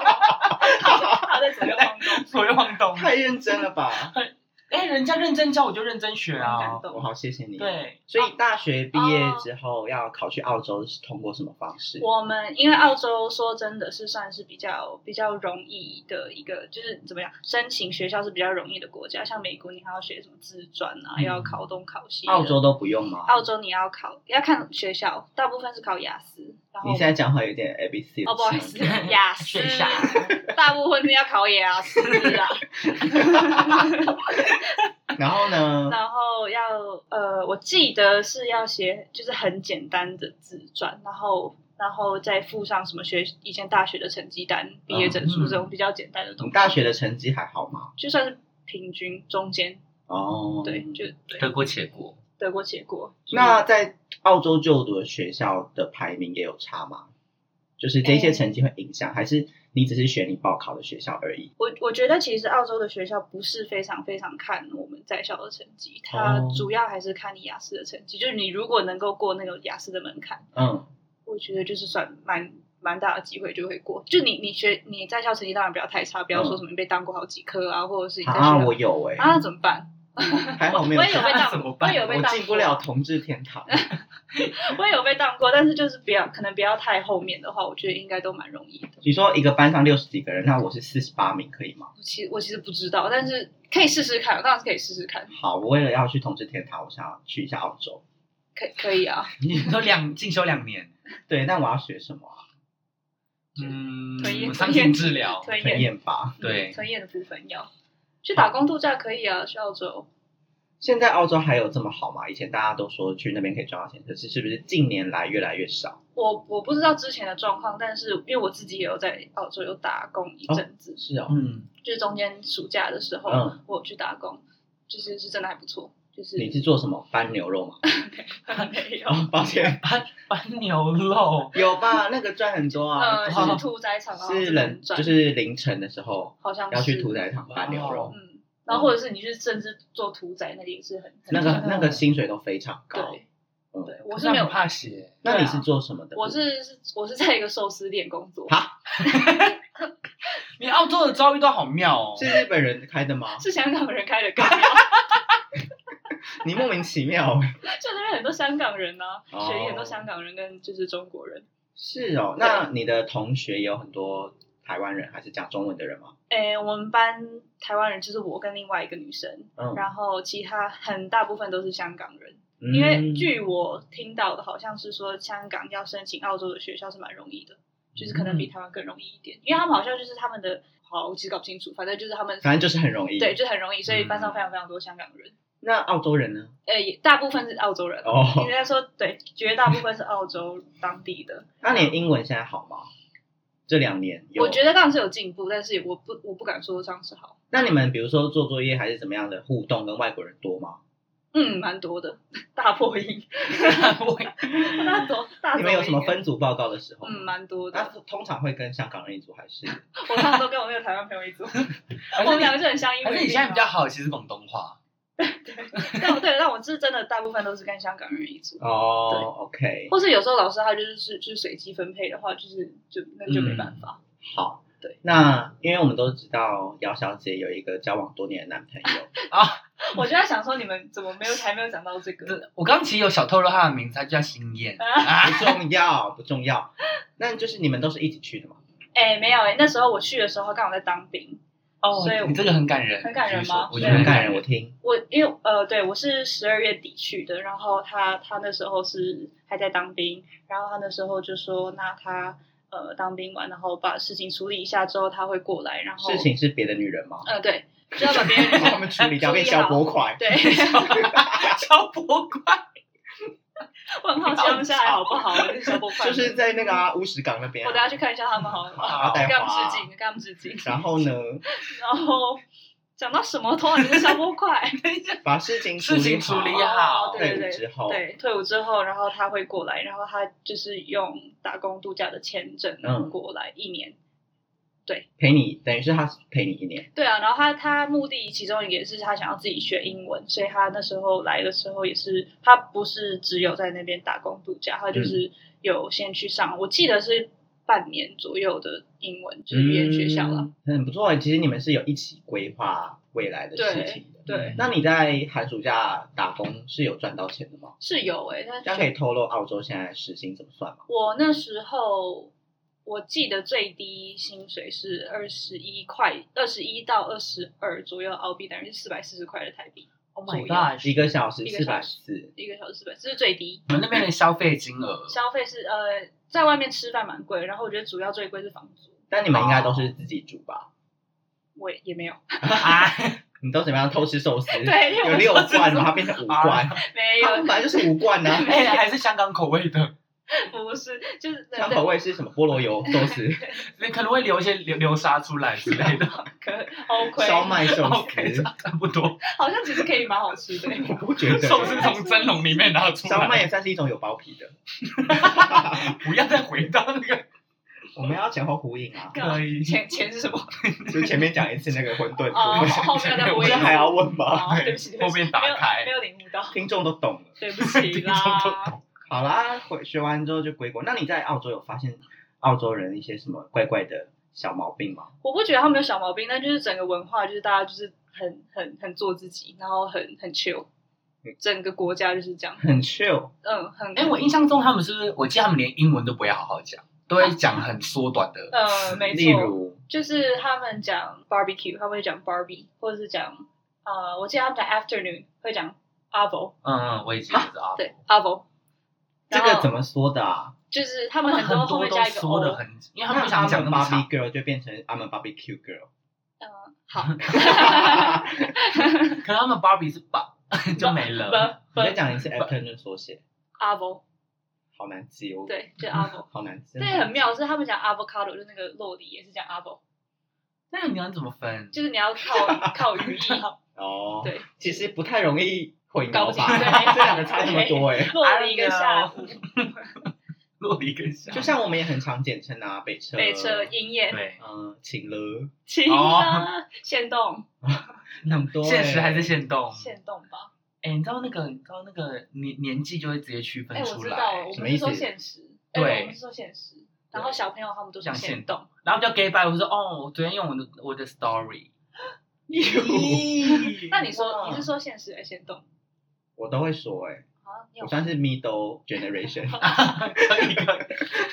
Speaker 2: 他在左右晃动，
Speaker 1: 左右晃动。
Speaker 3: 太认真了吧！
Speaker 1: 哎，人家认真教，我就认真学啊
Speaker 2: 感。动
Speaker 3: 我好谢谢你。，
Speaker 1: 对，
Speaker 3: 所以大学毕业之后要考去澳洲是通过什么方式？
Speaker 4: 我们因为澳洲说真的是算是比较比较容易的一个，就是怎么样申请学校是比较容易的国家，像美国你还要学什么自传啊，
Speaker 1: 嗯
Speaker 4: 又要考东考西的。
Speaker 3: 澳洲都不用吗？
Speaker 4: 澳洲你要考，要看学校，大部分是考雅思。然后
Speaker 3: 你现在讲话有点 A B C。
Speaker 4: 哦，不好意 思，雅思
Speaker 1: 学校，
Speaker 4: 大部分是要考雅思啦。
Speaker 3: 然后呢？
Speaker 4: 然后要呃，我记得是要写，就是很简单的自传，然后然后再附上什么学以前大学的成绩单、毕业证书
Speaker 1: 嗯
Speaker 4: 这种比较简单的东
Speaker 3: 你
Speaker 4: 西，
Speaker 3: 大学的成绩还好吗？
Speaker 4: 就算是平均中间，
Speaker 3: 哦，
Speaker 4: 对，就对
Speaker 1: 得过且过。
Speaker 4: 得过且过。就是
Speaker 3: 那在澳洲就读的学校的排名也有差吗？就是这些成绩会影响，还是你只是选你报考的学校而已？
Speaker 4: 我我觉得其实澳洲的学校不是非常非常看我们在校的成绩，它
Speaker 3: 哦
Speaker 4: 主要还是看你雅思的成绩。就是你如果能够过那个雅思的门槛，
Speaker 3: 嗯，
Speaker 4: 我觉得就是算蛮蛮大的机会就会过。就你你学你在校成绩当然不要太差，不要说什么你被当过好几科啊，或者是你在学
Speaker 3: 嗯啊，我
Speaker 4: 校
Speaker 3: 有哎、
Speaker 4: 啊怎么办？
Speaker 3: 还好没有
Speaker 4: 我也有被
Speaker 1: 那
Speaker 4: 当
Speaker 1: 怎么
Speaker 4: 过，
Speaker 1: 办
Speaker 4: 我也有被
Speaker 3: 我
Speaker 4: 当过
Speaker 3: 进不了，同志天堂。
Speaker 4: 我也有被当过，但是就是不要可能不要太后面的话，我觉得应该都蛮容易的。
Speaker 3: 你说一个班上六十几个人，那我是四十八名，可以吗？
Speaker 4: 我其实我其实不知道，但是可以试试看，当然是可以试试看，
Speaker 3: 好，我为了要去同志天堂，我想要去一下澳洲。
Speaker 4: 可可以啊。
Speaker 1: 你说两进修两年，
Speaker 3: 对，但我要学什么啊？
Speaker 1: 嗯
Speaker 4: 推演，
Speaker 1: 伤心治疗，
Speaker 4: 推
Speaker 3: 推
Speaker 4: 演
Speaker 3: 验吧。
Speaker 1: 对
Speaker 4: 嗯专业的部分要去打工度假可以啊，去澳洲。
Speaker 3: 现在澳洲还有这么好吗？以前大家都说去那边可以赚到钱，可是是不是近年来越来越少？
Speaker 4: 我我不知道之前的状况，但是因为我自己也有在澳洲有打工一阵子，
Speaker 3: 是哦，
Speaker 1: 嗯，
Speaker 4: 就是中间暑假的时候、
Speaker 3: 嗯
Speaker 4: 我有去打工，就是是真的还不错，就是
Speaker 3: 你是做什么？搬 牛肉吗？
Speaker 4: 没有。
Speaker 3: 哦，抱歉，
Speaker 1: 搬牛肉，
Speaker 3: 有吧？那个赚很多啊，
Speaker 4: 呃，
Speaker 3: 就
Speaker 4: 就是是屠宰场，然后
Speaker 3: 是
Speaker 4: 真的很
Speaker 3: 冷，
Speaker 4: 赚，
Speaker 3: 就是凌晨的时候
Speaker 4: 好像是
Speaker 3: 要去屠宰场搬牛肉，
Speaker 4: 嗯，然后或者是你去甚至做屠宰那里也是很很
Speaker 3: 那个
Speaker 1: 嗯
Speaker 3: 那个薪水都非常高。
Speaker 4: 对
Speaker 3: 嗯
Speaker 4: 对，我是没
Speaker 1: 那
Speaker 4: 有
Speaker 1: 很，怕血，
Speaker 3: 那你是做什么的？
Speaker 4: 我是是我是在一个寿司店工作，
Speaker 3: 好
Speaker 1: 你澳洲的遭遇都好妙哦，
Speaker 3: 是日本人开 的吗？
Speaker 4: 是香港人开的 干
Speaker 3: 你莫名其妙。
Speaker 4: 就那边很多香港人啊，
Speaker 3: 哦
Speaker 4: 学历很多香港人跟就是中国人。
Speaker 3: 是哦，那你的同学也有很多台湾人，还是讲中文的人吗？
Speaker 4: 诶，我们班台湾人就是我跟另外一个女生，
Speaker 3: 嗯，
Speaker 4: 然后其他很大部分都是香港人。因为据我听到的，好像是说香港要申请澳洲的学校是蛮容易的，就是可能
Speaker 3: 嗯
Speaker 4: 比台湾更容易一点，因为他们好像就是他们的，好，我其实搞不清楚，反正就是他们
Speaker 3: 嗯反正就是很容易。
Speaker 4: 对，，就很容易，所以班上
Speaker 1: 嗯
Speaker 4: 非常非常多香港人，
Speaker 3: 那澳洲人呢？
Speaker 4: 呃，也大部分是澳洲人。应
Speaker 3: 哦，
Speaker 4: 该说，对，绝大部分是澳洲当地的。
Speaker 3: 那你的英文现在好吗？这两年有，
Speaker 4: 我觉得当然是有进步，但是我不我不敢说上是好。
Speaker 3: 那你们比如说做作业还是怎么样的互动跟外国人多吗？
Speaker 4: 嗯，蛮多的，大破音，
Speaker 1: 我
Speaker 4: 大多大。
Speaker 3: 你们有什么？分组报告的时候吗？
Speaker 4: 嗯，蛮多
Speaker 3: 那
Speaker 1: 啊
Speaker 4: 的。
Speaker 3: 通常会跟香港人一组还是？
Speaker 4: 我通常都跟我那个台湾朋友一组，
Speaker 1: 还
Speaker 4: 我
Speaker 1: 是
Speaker 4: 们
Speaker 1: 你
Speaker 4: 两个就很相依
Speaker 1: 还是
Speaker 4: 为
Speaker 1: 你
Speaker 4: 命
Speaker 1: 现在
Speaker 4: 啊
Speaker 1: 比。较好，其实广东话，
Speaker 4: 但我对，但我是真的大部分都是跟香港人一组，
Speaker 3: 哦，OK，
Speaker 4: 或是有时候老师他就是是就是随机分配的话，就是就那就没
Speaker 1: 嗯
Speaker 4: 办法。
Speaker 3: 好，
Speaker 4: 对。
Speaker 3: 那因为我们都知道姚小姐有一个交往多年的男朋 友，
Speaker 4: 我就在想说，你们怎么没有还没有讲到这个？
Speaker 1: 这我刚刚其实有小透露他的名字，他叫星燕，啊
Speaker 3: 不重要，不重要。那就是你们都是一起去的嘛？
Speaker 4: 哎、没有哎、那时候我去的时候刚好在当兵，
Speaker 1: 哦
Speaker 4: 所以我
Speaker 1: 你这个很感人，
Speaker 4: 很感人吗
Speaker 1: 我
Speaker 3: 我
Speaker 1: 觉
Speaker 3: 觉
Speaker 1: 得
Speaker 3: 得很
Speaker 1: 感
Speaker 3: 感人，我听。
Speaker 4: 我因为呃，对我是十二月底去的，然后他他那时候是还在当兵，然后他那时候就说，那他呃当兵完，然后把事情处理一下之后，他会过来，然后嗯
Speaker 3: 事情是别的女人吗？
Speaker 4: 呃对，就要把 别人
Speaker 3: 帮他们处理掉，变 小拨款。
Speaker 4: 对，
Speaker 1: 超博怪，
Speaker 4: 我很好奇他们现在还好不 好，就是小波快乐
Speaker 3: 就是在那个啊乌石港那边啊。
Speaker 4: 我等下去看一下他们好了，
Speaker 3: 好
Speaker 4: 跟
Speaker 3: 待会
Speaker 4: 他
Speaker 3: 啊
Speaker 4: 们致敬，跟他们致敬，
Speaker 3: 然后呢，
Speaker 4: 然后讲到什么，通常就是小波 快，
Speaker 3: 把事情 处
Speaker 1: 事
Speaker 3: 理
Speaker 1: 情
Speaker 3: 好
Speaker 1: 处理好
Speaker 4: 哦，对
Speaker 3: 退伍之后，
Speaker 4: 对，退伍之后，然后他会过来，然后他就是用打工度假的签证
Speaker 3: 嗯
Speaker 4: 过来一年。
Speaker 3: 陪你等于是他陪你一年。
Speaker 4: 对啊，然后他他目的其中一个也是他想要自己学英文，所以他那时候来的时候也是他不是只有在那边打工度假，他就是有先去上，我记得是半年左右的英文，就是语言学校了。
Speaker 3: 嗯，很不错欸。其实你们是有一起规划未来的事情的。
Speaker 4: 对，
Speaker 3: 那你在寒暑假打工是有赚到钱的吗？
Speaker 4: 是有诶、但是
Speaker 3: 大家可以透露澳洲现在时薪怎么算吗？
Speaker 4: 我那时候我记得最低薪水是二十一块，二十一到二十二左右澳币，等于是四百四十块的台币。
Speaker 1: Oh
Speaker 4: 左
Speaker 1: my
Speaker 4: 右
Speaker 1: god！
Speaker 3: 一个小时
Speaker 4: 一
Speaker 3: 四
Speaker 4: 个小
Speaker 3: 百四，
Speaker 4: 一个小时四百，这是最低。
Speaker 1: 你们那边的消费金额，
Speaker 4: 消费是呃，在外面吃饭蛮贵，然后我觉得主要最贵是房租，
Speaker 3: 但你们应该都
Speaker 4: 哦
Speaker 3: 是自己煮吧？
Speaker 4: 我也也没有，
Speaker 1: 啊，
Speaker 3: 你都怎么样偷吃寿司？
Speaker 4: 对，因为
Speaker 3: 嗯有
Speaker 4: 我
Speaker 3: 六罐嘛，它变成五罐，
Speaker 4: 没
Speaker 3: 他
Speaker 4: 有
Speaker 3: 们，本来就是五罐啊呢。
Speaker 1: 哎，还是香港口味的，
Speaker 4: 不是，就是
Speaker 3: 香口味是什么？菠萝油寿司、
Speaker 1: 你可能会流一些流流沙出来之类
Speaker 3: 啊
Speaker 1: 的。
Speaker 4: 可 OK，
Speaker 3: 烧麦寿
Speaker 1: OK，
Speaker 3: 司，
Speaker 1: 差不多。
Speaker 4: 好像其实可以蛮好 吃的。
Speaker 3: 我不觉得。
Speaker 1: 寿司从蒸笼里面拿出
Speaker 3: 烧麦
Speaker 1: 来，
Speaker 3: 也算是一种有包皮的。
Speaker 1: 不要再回到那个
Speaker 3: 我们要前后呼应啊，
Speaker 1: 可以。
Speaker 4: 钱钱是什么？
Speaker 3: 就是前面讲一次那个馄饨
Speaker 4: 哦，
Speaker 3: 部
Speaker 4: 后面的
Speaker 3: 分，
Speaker 4: 我
Speaker 3: 这还要问啊吧？
Speaker 4: 哦，对不起，对不起
Speaker 1: 后面打开
Speaker 4: 没有没有领悟到，
Speaker 3: 听众都懂了。
Speaker 4: 对不起 啦。
Speaker 3: 好啦，回学完之后就归国。那你在澳洲有发现澳洲人一些什么怪怪的小毛病吗？
Speaker 4: 我不觉得他们有小毛病，但就是整个文化就是大家就是很很很做自己，然后很很 chill，整
Speaker 3: 嗯
Speaker 4: 个国家就是这样，
Speaker 3: 很 chill，
Speaker 4: 嗯，很
Speaker 1: 哎，我印象中他们是不是？我记得他们连英文都不会好好讲，都会讲很缩短的。
Speaker 4: 呃，没
Speaker 3: 例
Speaker 4: 错，
Speaker 3: 如
Speaker 4: 就是他们讲 barbecue，他们会讲 barbie，或者是讲呃，我记得他们讲 afternoon 会讲 avo，
Speaker 1: 嗯嗯，我已经知道。
Speaker 4: 对 avo，
Speaker 3: 这个怎
Speaker 4: 么
Speaker 3: 么说的啊？
Speaker 4: 就是他
Speaker 1: 他
Speaker 4: 们
Speaker 1: 们
Speaker 4: 很多后
Speaker 1: 多
Speaker 4: 面
Speaker 1: 都
Speaker 4: 加一个哦
Speaker 1: 缩
Speaker 4: o，
Speaker 1: 的很，因为他们
Speaker 3: 那
Speaker 1: 不想讲那么
Speaker 3: b a r
Speaker 1: 长。
Speaker 3: b i girl 就变成 I'm a barbecue girl，
Speaker 4: 嗯，好，
Speaker 1: 可能他们 Barbie 是 b 就没了。
Speaker 4: 不
Speaker 3: 你
Speaker 4: 不
Speaker 3: 再讲一次 afternoon 缩写，
Speaker 4: avo，
Speaker 3: 好难记哦。，
Speaker 4: 对，
Speaker 1: 嗯
Speaker 4: 就是 avo。
Speaker 3: 好难记。
Speaker 4: 这也很妙，是他们讲 avocado，就那个洛梨也是讲 avo，
Speaker 1: 那你能怎么分？
Speaker 4: 就是你要 靠靠语义，
Speaker 3: 哦。
Speaker 4: 对，
Speaker 3: 其其实不太容易混
Speaker 4: 搞不
Speaker 3: 淆
Speaker 4: 清
Speaker 3: 吧？
Speaker 4: 对
Speaker 3: 这两个差这么多哎。
Speaker 4: 洛梨跟下午
Speaker 1: 落一个下，
Speaker 3: 就像我们也很常简称啊，北车。
Speaker 4: 北车鹰眼，
Speaker 1: 对，哦
Speaker 3: 嗯，请了
Speaker 4: 晴啊，现动
Speaker 3: 很多欸，
Speaker 1: 现实还是现动。
Speaker 4: 现动吧？
Speaker 1: 哎，你知道那个，你知道那个年年纪就会直接区
Speaker 4: 哎，
Speaker 1: 分
Speaker 4: 我
Speaker 1: 出
Speaker 4: 知
Speaker 1: 来。
Speaker 4: 道，我
Speaker 3: 什么
Speaker 4: 们
Speaker 3: 意
Speaker 4: 是
Speaker 3: 思
Speaker 4: 说现实，
Speaker 1: 对
Speaker 4: 哎我们是说现实，然后小朋友他们都讲
Speaker 1: 讲
Speaker 4: 现
Speaker 1: 现
Speaker 4: 动，
Speaker 1: 然后叫 gay bye，我说哦，我昨天用我的我的 story。
Speaker 3: 哟
Speaker 4: 那你说你是说现实还是现动？
Speaker 3: 我都会说哎，
Speaker 4: 啊，你有
Speaker 3: 我算是 middle generation，
Speaker 1: 啊可以可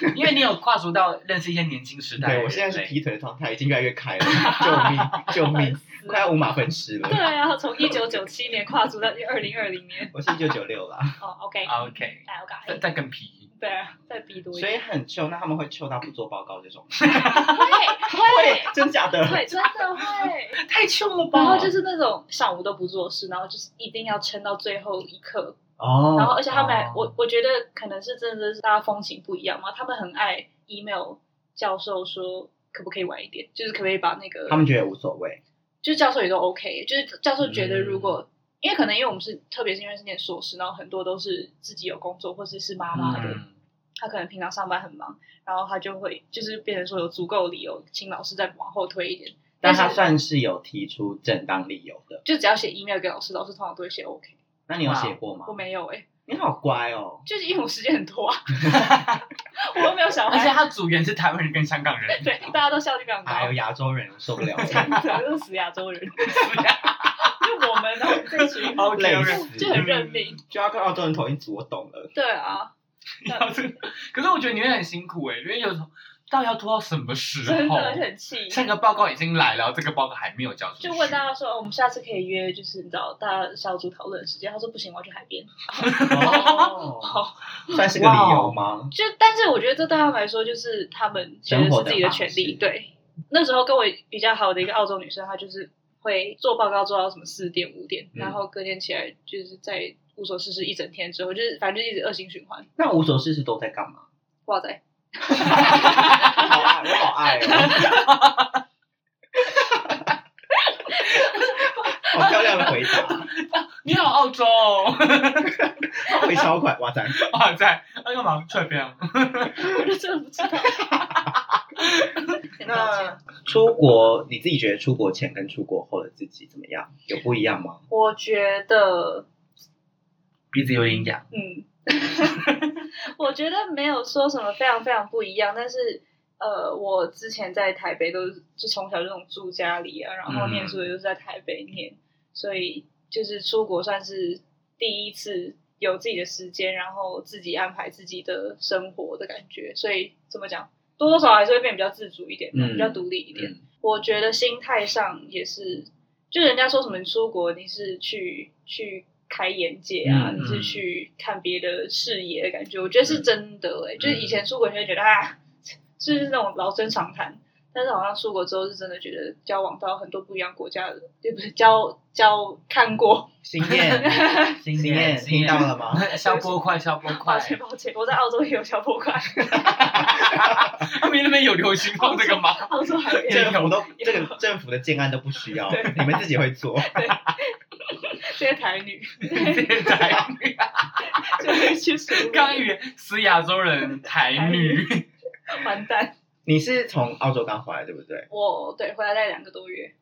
Speaker 1: 以，因为你有跨足到认识一些年轻时代的人。
Speaker 3: 对我现在是劈腿的状态，已经越来 越开了，救命救命，快要五马分尸
Speaker 4: 对
Speaker 3: 了。
Speaker 4: 啊，从一九九七年跨足到二零二零年，
Speaker 3: 我是一九九六啦，
Speaker 4: 哦，OK，哎
Speaker 1: 啊 OK，
Speaker 4: 来我
Speaker 1: 再
Speaker 4: 改，
Speaker 1: 再更皮，
Speaker 4: 对啊，再逼多一
Speaker 3: 所
Speaker 4: 点，
Speaker 3: 以很臭，那他们会臭到不做报告这种，
Speaker 4: 会会。
Speaker 3: 真假的？
Speaker 4: 会，真的会。
Speaker 1: 太凶了
Speaker 4: 然后就是那种上午都不做事，然后就是一定要撑到最后一刻。
Speaker 3: 哦
Speaker 4: 然后而且他们还，
Speaker 1: 哦
Speaker 4: 我我觉得可能是真的是大家风情不一样嘛，他们很爱 email 教授说可不可以晚一点，就是可不可以把那个，
Speaker 3: 他们觉得无所谓，
Speaker 4: 就是教授也都 OK，就是教授觉得
Speaker 3: 嗯
Speaker 4: 如果。因为可能因为我们是，特别是因为是念硕士，然后很多都是自己有工作或者是妈妈的，
Speaker 1: 嗯，
Speaker 4: 他可能平常上班很忙，然后他就会就是变成说有足够理由请老师再往后推一点，但
Speaker 3: 但他
Speaker 4: 是
Speaker 3: 算是有提出正当理由的。
Speaker 4: 就只要写 email 给老师，老师通常都会写 OK。
Speaker 3: 那你有写过吗
Speaker 4: 我？没有哎、
Speaker 3: 你好乖哦，
Speaker 4: 就是因为我时间很多啊，我又没有小
Speaker 1: 而且
Speaker 4: 孩，
Speaker 1: 他组员是台湾人跟香港人，
Speaker 4: 对，大家都效率非常高，
Speaker 3: 还有哎亚洲人我受不 了，
Speaker 4: 对，啊都是死亚洲人，就我们然后这 群
Speaker 1: 好累
Speaker 3: 累
Speaker 1: 哦
Speaker 3: 死，
Speaker 4: 就很认命，
Speaker 3: 就要看澳洲人头一组，我懂了。
Speaker 4: 对啊，
Speaker 1: 要是 可是我觉得你会很辛苦哎，因为有时候到底要拖到什么时
Speaker 4: 真
Speaker 1: 候？
Speaker 4: 的很气。
Speaker 1: 上个报告已经来了，这个报告还没有交出去，
Speaker 4: 就问大家说、哦我们下次可以约，就是你知道大家小组讨论的时间。他说不行，我要去海边。
Speaker 3: 哦，
Speaker 4: 哦，
Speaker 3: 算是个理由吗？
Speaker 4: 就但是我觉得这对他们来说，就是他们觉得是自己的权利。
Speaker 3: 生活的方式
Speaker 4: 对，那时候跟我比较好的一个澳洲女生，她就是会做报告做到什么四点五点，
Speaker 3: 嗯
Speaker 4: 然后隔天起来就是在无所事事一整天之后，就是反正就一直恶性循环。
Speaker 3: 那无所事事都在干嘛？
Speaker 4: 哇塞，
Speaker 3: 好爱，我好爱哦。 好漂亮的回答，
Speaker 1: 你好澳洲哦，
Speaker 3: 回超快，哇塞！
Speaker 1: 哇塞，那干嘛这边？
Speaker 4: 我就真的不知 道。 先道歉
Speaker 3: 那出国，你自己觉得出国前跟出国后的自己怎么样？有不一样吗？
Speaker 4: 我觉得，
Speaker 1: 鼻子有点痒，
Speaker 4: 嗯，我觉得没有说什么非常非常不一样，但是呃，我之前在台北都是就从小就那种住家里啊，然后
Speaker 1: 嗯
Speaker 4: 念书也就是在台北
Speaker 3: 嗯
Speaker 4: 念，所以就是出国算是第一次有自己的时间，然后自己安排自己的生活的感觉，所以怎么讲，多多少少还是会变比较自主一点，
Speaker 3: 嗯
Speaker 4: 比较独立一点。
Speaker 3: 嗯
Speaker 4: 我觉得心态上也是，就人家说什么你出国你是去去开眼界啊，
Speaker 3: 嗯
Speaker 4: 你是去看别的视野的感觉，我觉得是真的哎、就是以前出国就会觉得啊，就是那种老生常谈。但是好像出国之后是真的觉得交往到很多不一样国家的，也不是交交看过，
Speaker 3: 经验，
Speaker 1: 经
Speaker 3: 经验听到了吗？
Speaker 1: 哎消波块，消波
Speaker 4: 抱
Speaker 1: 块，
Speaker 4: 歉抱歉，我在澳洲也有小波 块，
Speaker 1: 他们那边有流行过 这个吗？
Speaker 2: 澳洲海边。
Speaker 3: 政府都这个政府的建案都不需要，你们自己会做。
Speaker 4: 这些台女
Speaker 1: 这台
Speaker 4: 就会去死，
Speaker 1: 刚以为死亚洲人台女，
Speaker 4: 完蛋。
Speaker 3: 你是从澳洲刚回来对不对？
Speaker 4: 我对回来待两个多月，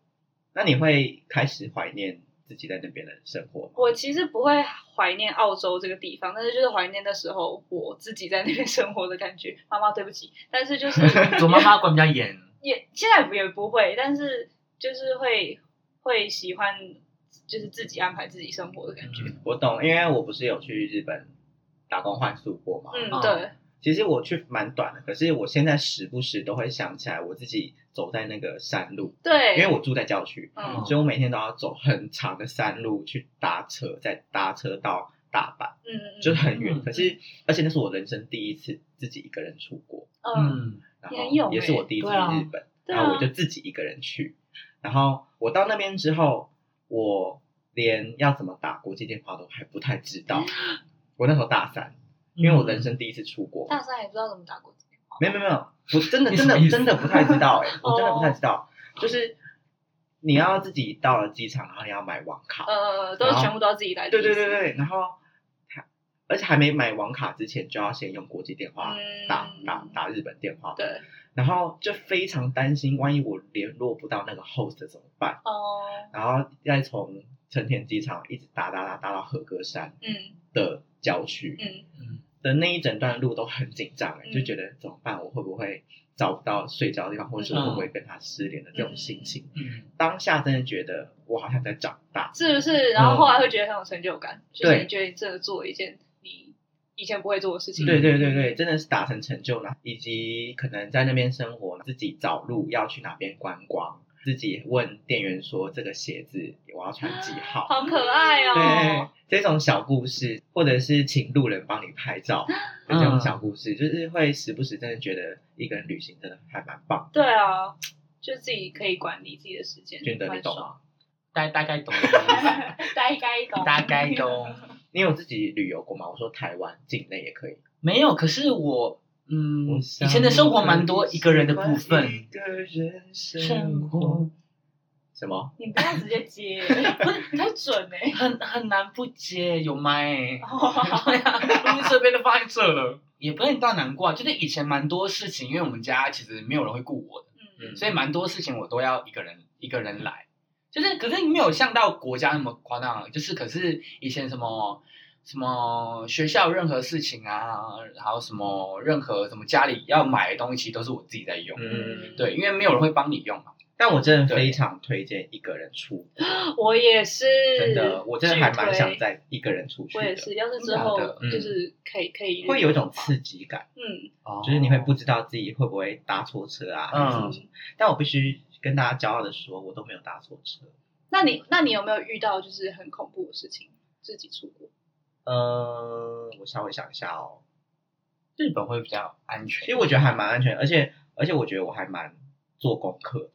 Speaker 3: 那你会开始怀念自己在那边的生活吗？
Speaker 4: 我其实不会怀念澳洲这个地方，但是就是怀念那时候我自己在那边生活的感觉。妈妈，对不起，但是就是
Speaker 1: 左妈妈管比较严，
Speaker 4: 也现在也不会，但是就是会会喜欢，就是自己安排自己生活的感觉。
Speaker 3: 我懂，因为我不是有去日本打工换宿过嘛。
Speaker 4: 嗯，
Speaker 1: 哦
Speaker 4: 对，
Speaker 3: 其实我去蛮短的，可是我现在时不时都会想起来我自己走在那个山路，
Speaker 4: 对，
Speaker 3: 因为我住在郊区，
Speaker 4: 嗯
Speaker 3: 所以我每天都要走很长的山路去搭车，再搭车到大阪，
Speaker 4: 嗯嗯，
Speaker 3: 就是很远。
Speaker 1: 嗯
Speaker 3: 可是而且那是我人生第一次自己一个人出国，
Speaker 4: 嗯，
Speaker 1: 嗯，
Speaker 3: 然
Speaker 4: 你很勇
Speaker 3: 后
Speaker 4: 欸
Speaker 3: 也是我第一次去
Speaker 1: 对啊
Speaker 3: 日本，
Speaker 4: 对
Speaker 3: 然后我
Speaker 4: 啊
Speaker 3: 就，自己一个人去。然后我到那边之后，我连要怎么打国际电话都还不太知道。我那时候大三，因为我人生第一次出国，
Speaker 4: 大三也不知道怎么打过字，
Speaker 3: 没有没有没有，我真的
Speaker 1: 你
Speaker 3: 真
Speaker 1: 什么
Speaker 3: 的
Speaker 1: 意思
Speaker 3: 真的不太知道哎、我真的
Speaker 4: 哦
Speaker 3: 不太知道， 就是你要自己到了机场，然后你要买网卡，
Speaker 4: 呃，都是全部都要自己来的
Speaker 3: 对
Speaker 4: 意思，
Speaker 3: 对对对，然后还而且还没买网卡之前，就要先用国际电话
Speaker 4: 嗯
Speaker 3: 啊打、打打日本电话，
Speaker 4: 对，
Speaker 3: 然后就非常担心，万一我联络不到那个 host 怎么办？
Speaker 4: 哦，
Speaker 3: 然后再从成田机场一直打打打打到和歌山
Speaker 4: 嗯
Speaker 3: 的郊区
Speaker 4: 嗯，
Speaker 3: 的那一整段路都很紧张、欸，
Speaker 4: 嗯
Speaker 3: 就觉得怎么办？我会不会找不到睡觉的地方，或者是我会不会跟他失联的这种心情？
Speaker 1: 嗯，
Speaker 3: 当下真的觉得我好像在长大，
Speaker 4: 是不是？然
Speaker 3: 嗯
Speaker 4: 后后来会觉得很有成就感，就是你觉得你真的做了一件你以前不会做的事情，
Speaker 3: 对对对对，真的是达成成就了，以及可能在那边生活，自己找路要去哪边观光，自己问店员说这个鞋子我要穿几号，
Speaker 4: 好可爱
Speaker 3: 对
Speaker 4: 哦！，
Speaker 3: 这种小故事，或者是请路人帮你拍照 的这种小故事，
Speaker 4: 嗯
Speaker 3: 就是会时不时真的觉得一个人旅行真的还蛮棒。
Speaker 4: 对啊，就自己可以管理自己的时间，
Speaker 3: 俊德，你
Speaker 4: 蛮
Speaker 3: 懂
Speaker 4: 爽
Speaker 3: 吗？
Speaker 1: 大大概懂，
Speaker 2: 大概懂，
Speaker 1: 大概懂。
Speaker 3: 你有自己旅游过吗？我说台湾境内也可以。
Speaker 1: 没有，可是我，嗯，以前的生活蛮多一个人的部
Speaker 3: 一
Speaker 1: 分，
Speaker 3: 个人生
Speaker 1: 生
Speaker 3: 活
Speaker 4: 嗯
Speaker 1: 活。
Speaker 3: 什么？
Speaker 2: 你不要直接接， 不是你太准
Speaker 4: 欸
Speaker 2: 哎、
Speaker 1: 很很难不接，有麦、欸。
Speaker 3: 嗯
Speaker 2: 哦
Speaker 1: 对啊，东西随便都放在这了，也不能到难过啊。就是以前蛮多事情，因为我们家其实没有人会顾我的，
Speaker 4: 嗯，
Speaker 1: 所以蛮多事情我都要一个人一个人来。就是可是没有像到国家那么夸张，啊就是可是以前什么什么学校任何事情啊，然后什么任何什么家里要买的东西，其实都是我自己在用。
Speaker 3: 嗯，
Speaker 1: 对，因为没有人会帮你用嘛。
Speaker 3: 但我真的非常推荐一个人出，
Speaker 4: 我也是，
Speaker 3: 真的，我真的还蛮想
Speaker 4: 巨推。
Speaker 3: 再一个人出去
Speaker 4: 我也
Speaker 3: 的，
Speaker 4: 是，要是之后
Speaker 1: 真的
Speaker 3: 嗯
Speaker 4: 就是可以可以
Speaker 3: 会有一种刺激感，
Speaker 4: 嗯
Speaker 1: 哦
Speaker 3: 就是你会不知道自己会不会搭错车啊，还是什么
Speaker 1: 嗯
Speaker 3: 什么但我必须跟大家骄傲的说，我都没有搭错车。
Speaker 4: 那你那你有没有遇到就是很恐怖的事情？自己出国，
Speaker 3: 呃，我稍微想一下哦，
Speaker 1: 日本会比较安
Speaker 3: 其
Speaker 1: 全
Speaker 3: 实。我觉得还蛮安全，而且而且我觉得我还蛮做功课的，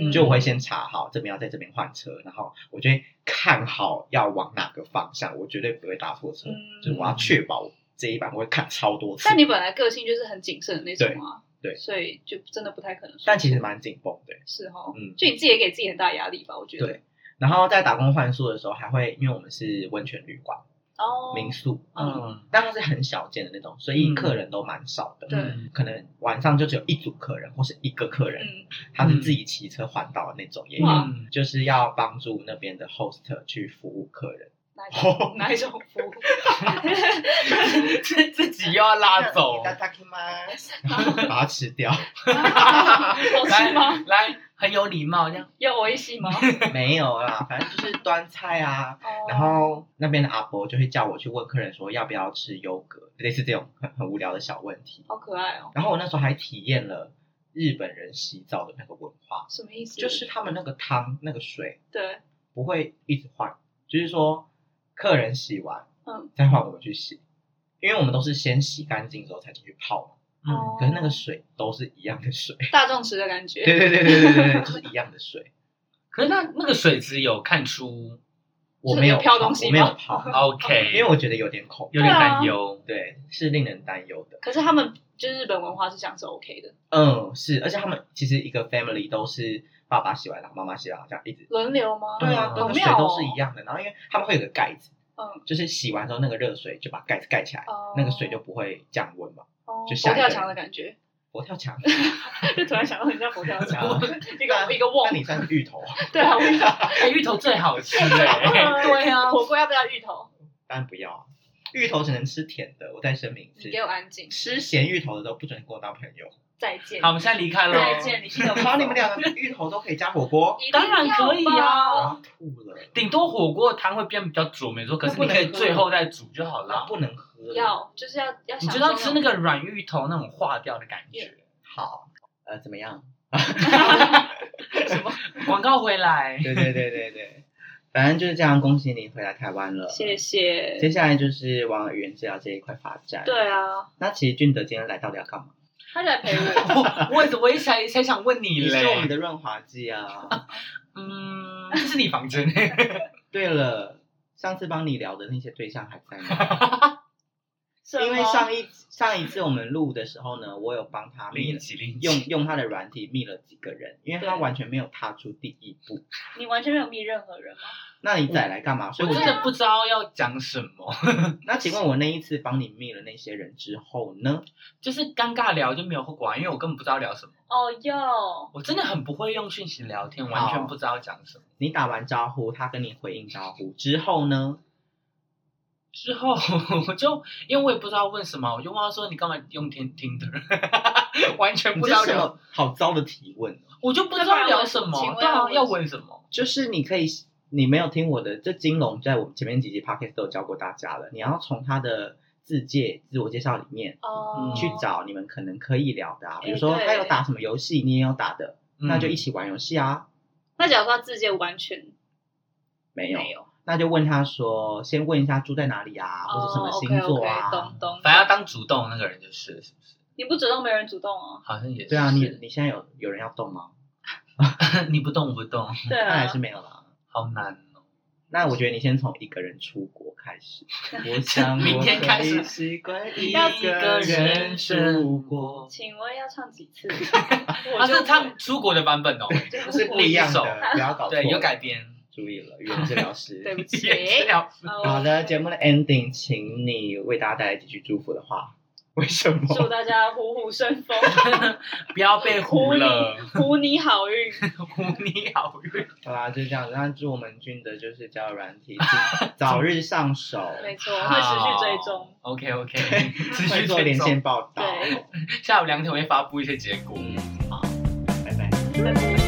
Speaker 4: 嗯，
Speaker 3: 就我会先查好这边要在这边换车，然后我就会看好要往哪个方向，我绝对不会搭错车，
Speaker 4: 嗯
Speaker 3: 就是我要确保这一版我会看超多次。
Speaker 4: 但你本来个性就是很谨慎的那种啊，
Speaker 3: 对对
Speaker 4: 所以就真的不太可能。
Speaker 3: 但其实蛮紧绷的。
Speaker 4: 是哈，
Speaker 3: 嗯
Speaker 4: 就你自己也给自己很大压力吧，我觉得。
Speaker 3: 对然后在打工换宿的时候，还会因为我们是温泉旅馆、
Speaker 4: 哦，嗯
Speaker 3: 民宿，
Speaker 1: 嗯，
Speaker 3: 但是很小件的那种，所以客人都蛮少的。
Speaker 4: 对
Speaker 1: 嗯
Speaker 3: 可能晚上就只有一组客人或是一个客人，
Speaker 4: 嗯
Speaker 3: 他是自己骑车环岛的那种，也有，
Speaker 4: 哇
Speaker 1: 嗯
Speaker 3: 就是要帮助那边的 host 去服务客人。
Speaker 4: 哪一种哪一种服务？
Speaker 1: 自自己又要拉 走，
Speaker 3: 达达克吗？把它吃掉，
Speaker 4: 好吃吗？
Speaker 1: 来来，很有礼貌这样。
Speaker 4: 有我一起 吗？哦
Speaker 3: 没有 啦，反正就是端菜啊。然后那边的阿伯就会叫我去问客人说要不要吃优格，类似这种很很无聊的小问题。
Speaker 4: 好可爱哦，
Speaker 3: 然后我那时候还体验了日本人洗澡的那个文化，
Speaker 4: 什么意思？
Speaker 3: 就是他们那个汤那个水
Speaker 4: 对，
Speaker 3: 不会一直换，就是说客人洗完，
Speaker 4: 嗯，
Speaker 3: 再换我们去洗，因为我们都是先洗干净之后才进去泡嘛。
Speaker 1: 嗯，
Speaker 3: 可是那个水都是一样的 水，
Speaker 4: 大众池的感觉。
Speaker 3: 对对对对对对对，就是一样的 水。
Speaker 1: 可是那那个水质有看出
Speaker 3: 我没有
Speaker 4: 就是有飘东西吗
Speaker 3: 我没有泡，
Speaker 4: 嗯
Speaker 1: ，OK，
Speaker 3: 因为我觉得有点恐怖，
Speaker 1: 有点担忧。
Speaker 3: 对，是令人担忧的。
Speaker 4: 可是他们就是日本文化是这样是 OK 的，
Speaker 3: 嗯，是，而且他们其实一个 family 都是爸爸洗完，然后妈妈洗完，这样一直。
Speaker 4: 轮流吗？
Speaker 3: 对啊，
Speaker 1: 好
Speaker 3: 那个水
Speaker 4: 妙
Speaker 3: 都
Speaker 4: 哦
Speaker 3: 是一样的。然后因为他们会有个盖子，
Speaker 4: 嗯，
Speaker 3: 就是洗完之后那个热水就把盖子盖起来，
Speaker 4: 哦
Speaker 3: 那个水就不会降温嘛。
Speaker 4: 哦
Speaker 3: 就
Speaker 4: 佛
Speaker 3: 下一
Speaker 4: 跳
Speaker 3: 个
Speaker 4: 墙的感觉，
Speaker 3: 佛跳墙，
Speaker 4: 就突然想到很像佛跳 墙
Speaker 3: 啊，
Speaker 4: 一个一个
Speaker 3: 那
Speaker 4: 瓮，
Speaker 3: 你算是芋头，
Speaker 4: 对 啊，我跟你讲
Speaker 1: 哎，芋头最好吃哎，
Speaker 4: 对啊，火锅要不要芋头？
Speaker 3: 当然不要啊，芋头只能吃甜的。我再声明一
Speaker 4: 你
Speaker 3: 次
Speaker 4: 给，我安静，
Speaker 3: 吃咸芋头的都不准跟我当朋友。
Speaker 4: 再见
Speaker 1: 好，，我们现在离开了。
Speaker 4: 再见，你是 有
Speaker 3: 好，你们两个芋头都可以加火锅，
Speaker 4: 一定
Speaker 1: 当然可以
Speaker 4: 要
Speaker 1: 啊
Speaker 4: 吧
Speaker 3: 我要吐了，
Speaker 1: 顶多火锅汤会变比较浊，没错，可是你可以最后再煮就好
Speaker 3: 那
Speaker 4: 啊
Speaker 1: 了。
Speaker 3: 不能喝。
Speaker 4: 要就是要要
Speaker 1: 你
Speaker 4: 想
Speaker 1: 知道吃那个软芋头那种化掉的感觉。
Speaker 3: 好，呃，怎么样？
Speaker 4: 什么？
Speaker 1: 广告回来，
Speaker 3: 对对对对对， 反正就是这样。恭喜你回来台湾了，
Speaker 4: 谢。谢。
Speaker 3: 接下来就是往语言治疗这一块发展。，
Speaker 4: 对啊，
Speaker 3: 那其实俊德今天来到底要干嘛？
Speaker 4: 他在陪我。
Speaker 1: 我我也我也想才想问你
Speaker 3: 你是我们
Speaker 1: 嘞，
Speaker 3: 的润滑 剂啊。
Speaker 1: 嗯，这是你房 间，
Speaker 3: 对了，上次帮你聊的那些对象还在吗？
Speaker 4: 什么
Speaker 3: 因为上一上一次我们录的时候呢，我有帮他
Speaker 1: 另
Speaker 3: 密
Speaker 1: 一
Speaker 3: 了，
Speaker 1: 集另一
Speaker 3: 用
Speaker 1: 集，
Speaker 3: 用他的软体密了几个人，因为他
Speaker 4: 对
Speaker 3: 完全没有踏出第一步。
Speaker 4: 你完全没有密任何人吗？
Speaker 3: 那你再来干嘛？所
Speaker 1: 我
Speaker 3: 以我
Speaker 1: 真
Speaker 3: 觉得，
Speaker 1: 的不知道要讲什么，
Speaker 3: 那请问我那一次帮你密了那些人之后呢？
Speaker 1: 就是尴尬聊就没有后果啊，因为我根本不知道聊什么，
Speaker 4: 哦哟，
Speaker 1: 我真的很不会用讯息聊天，完全不知道讲什么。
Speaker 3: 你打完招呼，他跟你回应招呼之后呢？
Speaker 1: 之后 我就因为我也不知道问什么，我就问他说你干嘛用听听的， 完全
Speaker 3: 你
Speaker 1: 不
Speaker 3: 这
Speaker 1: 知道
Speaker 3: 是什
Speaker 1: 聊，
Speaker 3: 么好糟的提问哦？
Speaker 1: 我就不知道聊什
Speaker 4: 请
Speaker 1: 么，
Speaker 4: 问
Speaker 1: 对啊，要
Speaker 4: 要
Speaker 1: 问什么？
Speaker 3: 就是你可以，你没有听我的，这金龙在我们前面几集 podcast 都有教过大家了。你要从他的自介、自我介绍里面
Speaker 4: 哦，
Speaker 3: 去找你们可能可以聊的啊，
Speaker 4: 哎
Speaker 3: 比如说
Speaker 4: 对
Speaker 3: 他有打什么游戏，你也有打的，那就一
Speaker 1: 起
Speaker 3: 起玩游戏啊。
Speaker 4: 那假如说他自荐完全
Speaker 3: 没有，
Speaker 4: 没有，
Speaker 3: 那就问他说，先问一下住在哪里啊，或者什么
Speaker 4: 哦
Speaker 3: 星座啊。
Speaker 4: OK，OK，懂懂。
Speaker 1: 反正要当主动的那个人就是，是不是？
Speaker 4: 你不主动，没人主动哦。
Speaker 1: 好像也是。
Speaker 3: 对啊，你你现在有有人要动吗？
Speaker 1: 你不动不动，
Speaker 4: 对
Speaker 3: 看来
Speaker 4: 啊
Speaker 3: 是，没有啦。
Speaker 1: 好难哦。
Speaker 3: 那我觉得你先从一个人出国开始。我想
Speaker 1: 明天
Speaker 3: 我可
Speaker 1: 开始
Speaker 3: 以习惯一
Speaker 1: 要一
Speaker 3: 个
Speaker 1: 个
Speaker 3: 人
Speaker 1: 人
Speaker 3: 出
Speaker 1: 生
Speaker 3: 国。
Speaker 1: 活，
Speaker 4: 请问要唱几 次？
Speaker 1: 他
Speaker 4: 他
Speaker 1: 是唱出国的版本哦，
Speaker 4: 就
Speaker 3: 啊不是不一样
Speaker 1: 手
Speaker 3: 的，不 要搞错。
Speaker 1: 对，有改。编。
Speaker 3: 注意了，语言治疗
Speaker 4: 对
Speaker 3: 师。
Speaker 4: 不起。
Speaker 3: 好的，节
Speaker 4: 目
Speaker 3: 目的 ending，请你为大家带来几句祝福的话。为什
Speaker 4: 祝
Speaker 3: 么？
Speaker 4: 大家虎虎生 风，
Speaker 1: 不要被唬了，
Speaker 4: 虎你好运。
Speaker 1: 唬你好运。
Speaker 3: 好啦，就这样子。那祝我们君德就是交软体早日上手，
Speaker 4: 没错，会持续追踪。
Speaker 1: OK OK，持
Speaker 3: 会
Speaker 1: 续
Speaker 3: 做
Speaker 1: 追
Speaker 3: 连线
Speaker 1: 踪。
Speaker 3: 报道。
Speaker 4: 对
Speaker 1: 下午两点我会发布一些结果。
Speaker 3: 嗯，好，拜拜。
Speaker 4: 拜拜